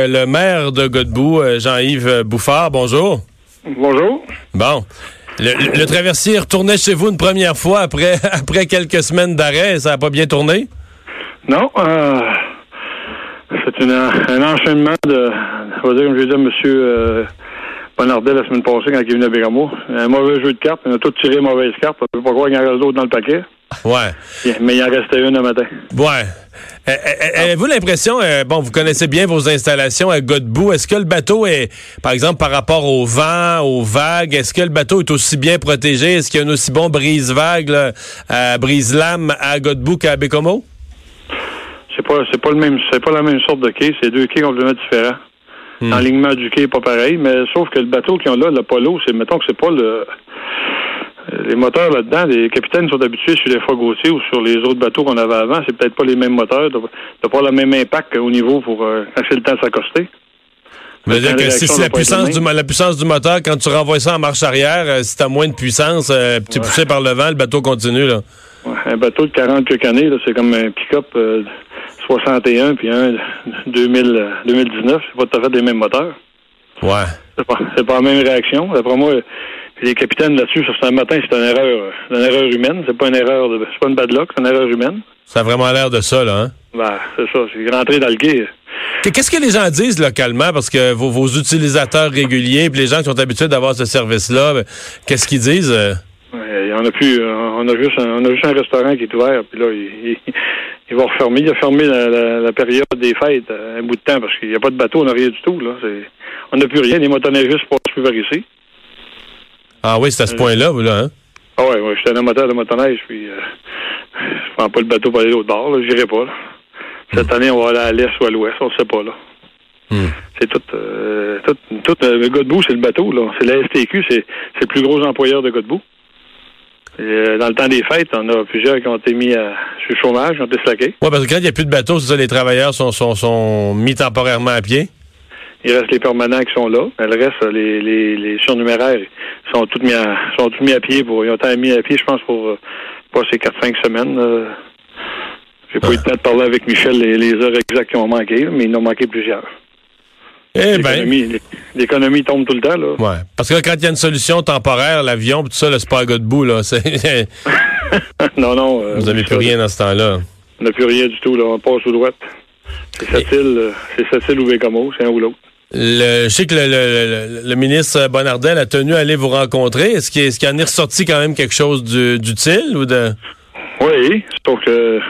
Le maire de Godbout, euh, Jean-Yves Bouffard, bonjour. Bonjour. Bon. Le, le- le traversier retournait chez vous une première fois après, après quelques semaines d'arrêt. Ça n'a pas bien tourné? Non, euh, c'est une- un enchaînement de, on va dire, comme je disais à M. Euh, Bonardet la semaine passée quand il est venu à Béramo. Un mauvais jeu de cartes. On a tous tiré mauvaise carte. On ne peut pas croire qu'il y en reste d'autres dans le paquet. Ouais. Mais il en restait une le matin. Ouais. Euh, euh, euh, Avez-vous l'impression, euh, bon, vous connaissez bien vos installations à Godbout, est-ce que le bateau est, par exemple, par rapport au vent, aux vagues, est-ce que le bateau est aussi bien protégé? Est-ce qu'il y a un aussi bon brise-vague, là, à brise-lame à Godbout qu'à Bécomo? C'est pas, c'est pas le même, c'est pas la même sorte de quai. C'est deux quais complètement différents. L'enlignement du quai est pas pareil, mais sauf que le bateau qu'ils ont là, l'Apollo, c'est, mettons que c'est pas le, les moteurs là-dedans, les capitaines sont habitués sur les Fogotiers ou sur les autres bateaux qu'on avait avant. C'est peut-être pas les mêmes moteurs. T'as, t'as pas le même impact au niveau pour, euh, quand c'est le temps de s'accoster. Ça veut dire Quand que la si réaction c'est la doit pas être puissance, la du, mo- la puissance du moteur, quand tu renvoies ça en marche arrière, euh, si t'as moins de puissance, euh, puis t'es poussé par le vent, le bateau continue, là. Ouais, Un bateau de 40 quelques années, là, c'est comme un pick-up euh, 61 puis un 2000, euh, 2019. C'est pas tout à fait les mêmes moteurs. Ouais. C'est pas, c'est pas la même réaction. D'après moi, euh, les capitaines là-dessus, sur ce matin, c'est une erreur, euh, une erreur humaine. C'est pas une erreur de, c'est pas une bad luck, c'est une erreur humaine. Ça a vraiment l'air de ça, là, hein? Ben, c'est ça. C'est rentré dans le guet. Que- Qu'est-ce que les gens disent localement? Parce que vos, vos utilisateurs réguliers, puis les gens qui sont habitués d'avoir ce service-là, ben, qu'est-ce qu'ils disent? euh? Ouais, On a plus, euh, on a juste, un, on a juste un restaurant qui est ouvert. Puis là, il, il- il va refermer. Il a fermé la, la- la période des fêtes euh, un bout de temps parce qu'il n'y a pas de bateau, on n'a rien du tout. Là, C'est- on n'a plus rien. Les motoneigistes passent plus par ici. Ah oui, c'est Euh. à ce point-là, vous, là, hein? Ah ouais, ouais, j'étais un amateur de motoneige, puis euh, je prends pas le bateau pour aller de l'autre bord, là, j'irai pas. là. Cette année, on va aller à l'est ou à l'ouest, on sait pas là. Hmm. C'est tout, euh, tout, tout euh, le Godbout, c'est le bateau, là. C'est la STQ, c'est c'est le plus gros employeur de Godbout. Et, euh, dans le temps des fêtes, on a plusieurs qui ont été mis à, sur le chômage, qui ont été slackés. Ouais, parce que quand il n'y a plus de bateau, c'est ça, les travailleurs sont, sont, sont mis temporairement à pied. Il reste les permanents qui sont là. Mais le reste, euh, les, les, les surnuméraires ils sont tous mis à, sont tous mis à pied. Pour, ils ont été mis à pied, je pense, pour euh, pas ces 4-5 semaines. euh. J'ai pas eu le temps de parler avec Michel les, les heures exactes qui ont manqué, là, mais il en a manqué plusieurs. Eh ben. L'économie l'é- l'économie tombe tout le temps. Là. Ouais. Parce que quand il y a une solution temporaire, l'avion, puis tout ça, le c'est pas à gars de bout, là. c'est- non, non. euh, vous n'avez plus ça, rien dans ce temps-là. On n'a plus rien du tout. Là. On passe aux droites. C'est cette île, euh, c'est cette île ou Bécamo, c'est un ou l'autre. Le, je sais que le, le- le- le ministre Bonardel a tenu à aller vous rencontrer. Est-ce qu'il est-ce qu'il en est ressorti quand même quelque chose du- d'utile ou de... Oui, sauf que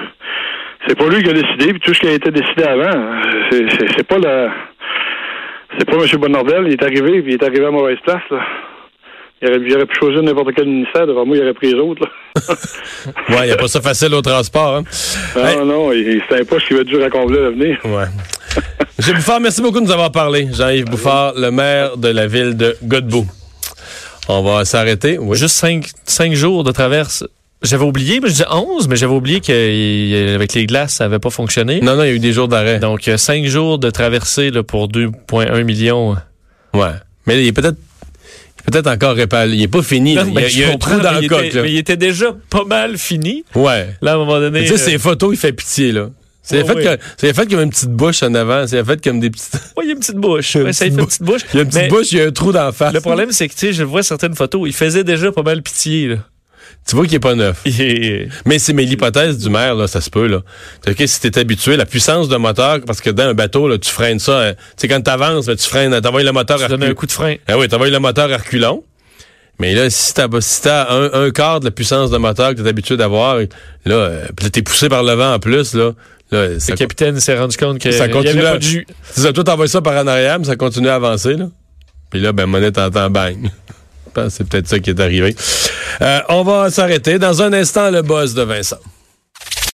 c'est pas lui qui a décidé, puis tout ce qui a été décidé avant, c'est- c'est c'est pas la. C'est pas M. Bonnardel, il est arrivé, puis il est arrivé à mauvaise place, là. Il aurait, il aurait pu choisir n'importe quel ministère, devant moi, il aurait pris les autres, là. Ouais, il n'y a pas ça facile au transport. Hein? Non, non, il- c'est un poste qui va être dur à combler à l'avenir. Ouais. Monsieur Bouffard, merci beaucoup de nous avoir parlé. Jean-Yves Bouffard, le maire de la ville de Godbout. On va s'arrêter. Oui. Juste cinq, cinq jours de traverse. J'avais oublié, mais je disais 11, mais j'avais oublié qu'avec les glaces, ça n'avait pas fonctionné. Non, non, il y a eu des jours d'arrêt. Donc, euh, cinq jours de traversée là, pour 2,1 millions. Ouais. Mais il est peut-être il est peut-être encore réparé. Il n'est pas fini. là. Non, Il y mais a, il y a Ben, je un comprends, trou dans mais le il coq. était- là. Mais il était déjà pas mal fini. Ouais. Là, à un moment donné... Tu sais, euh, ces photos, il fait pitié, là. C'est le Ouais, fait ouais. que c'est le fait qu'il y a une petite bouche en avant, c'est le fait comme des petites Ouais, il y a une petite bouche. Il y a une Ouais, ça, il petite fait une bouche. petite bouche. il y a une petite Mais bouche, il y a un trou d'en face. Le problème, c'est que, tu sais, je vois certaines photos, il faisait déjà pas mal pitié, là. tu vois qu'il est pas neuf. Il est- Mais c'est mais l'hypothèse du maire là, ça se peut là. C'est OK si t'es habitué la puissance de moteur parce que dans un bateau là, tu freines ça, hein. tu sais quand t'avances, là, tu freines, t'envoies le moteur Tu à donnais recul- un coup de frein. Ah oui, t'envoies le moteur à reculons. Mais là, si t'as si t'as un, un quart de la puissance de moteur que t'es habitué d'avoir, là, euh, puis là, t'es poussé par le vent en plus, là, là ça, Le capitaine s'est rendu compte que Ça il y avait continue. pas de jus. C'est ça, toi, t'envoies ça par en arrière, mais ça continue à avancer, là. Puis là, ben, monnaie, t'entends bang. Je pense que C'est peut-être ça qui est arrivé. Euh, on va s'arrêter. Dans un instant, le boss de Vincent.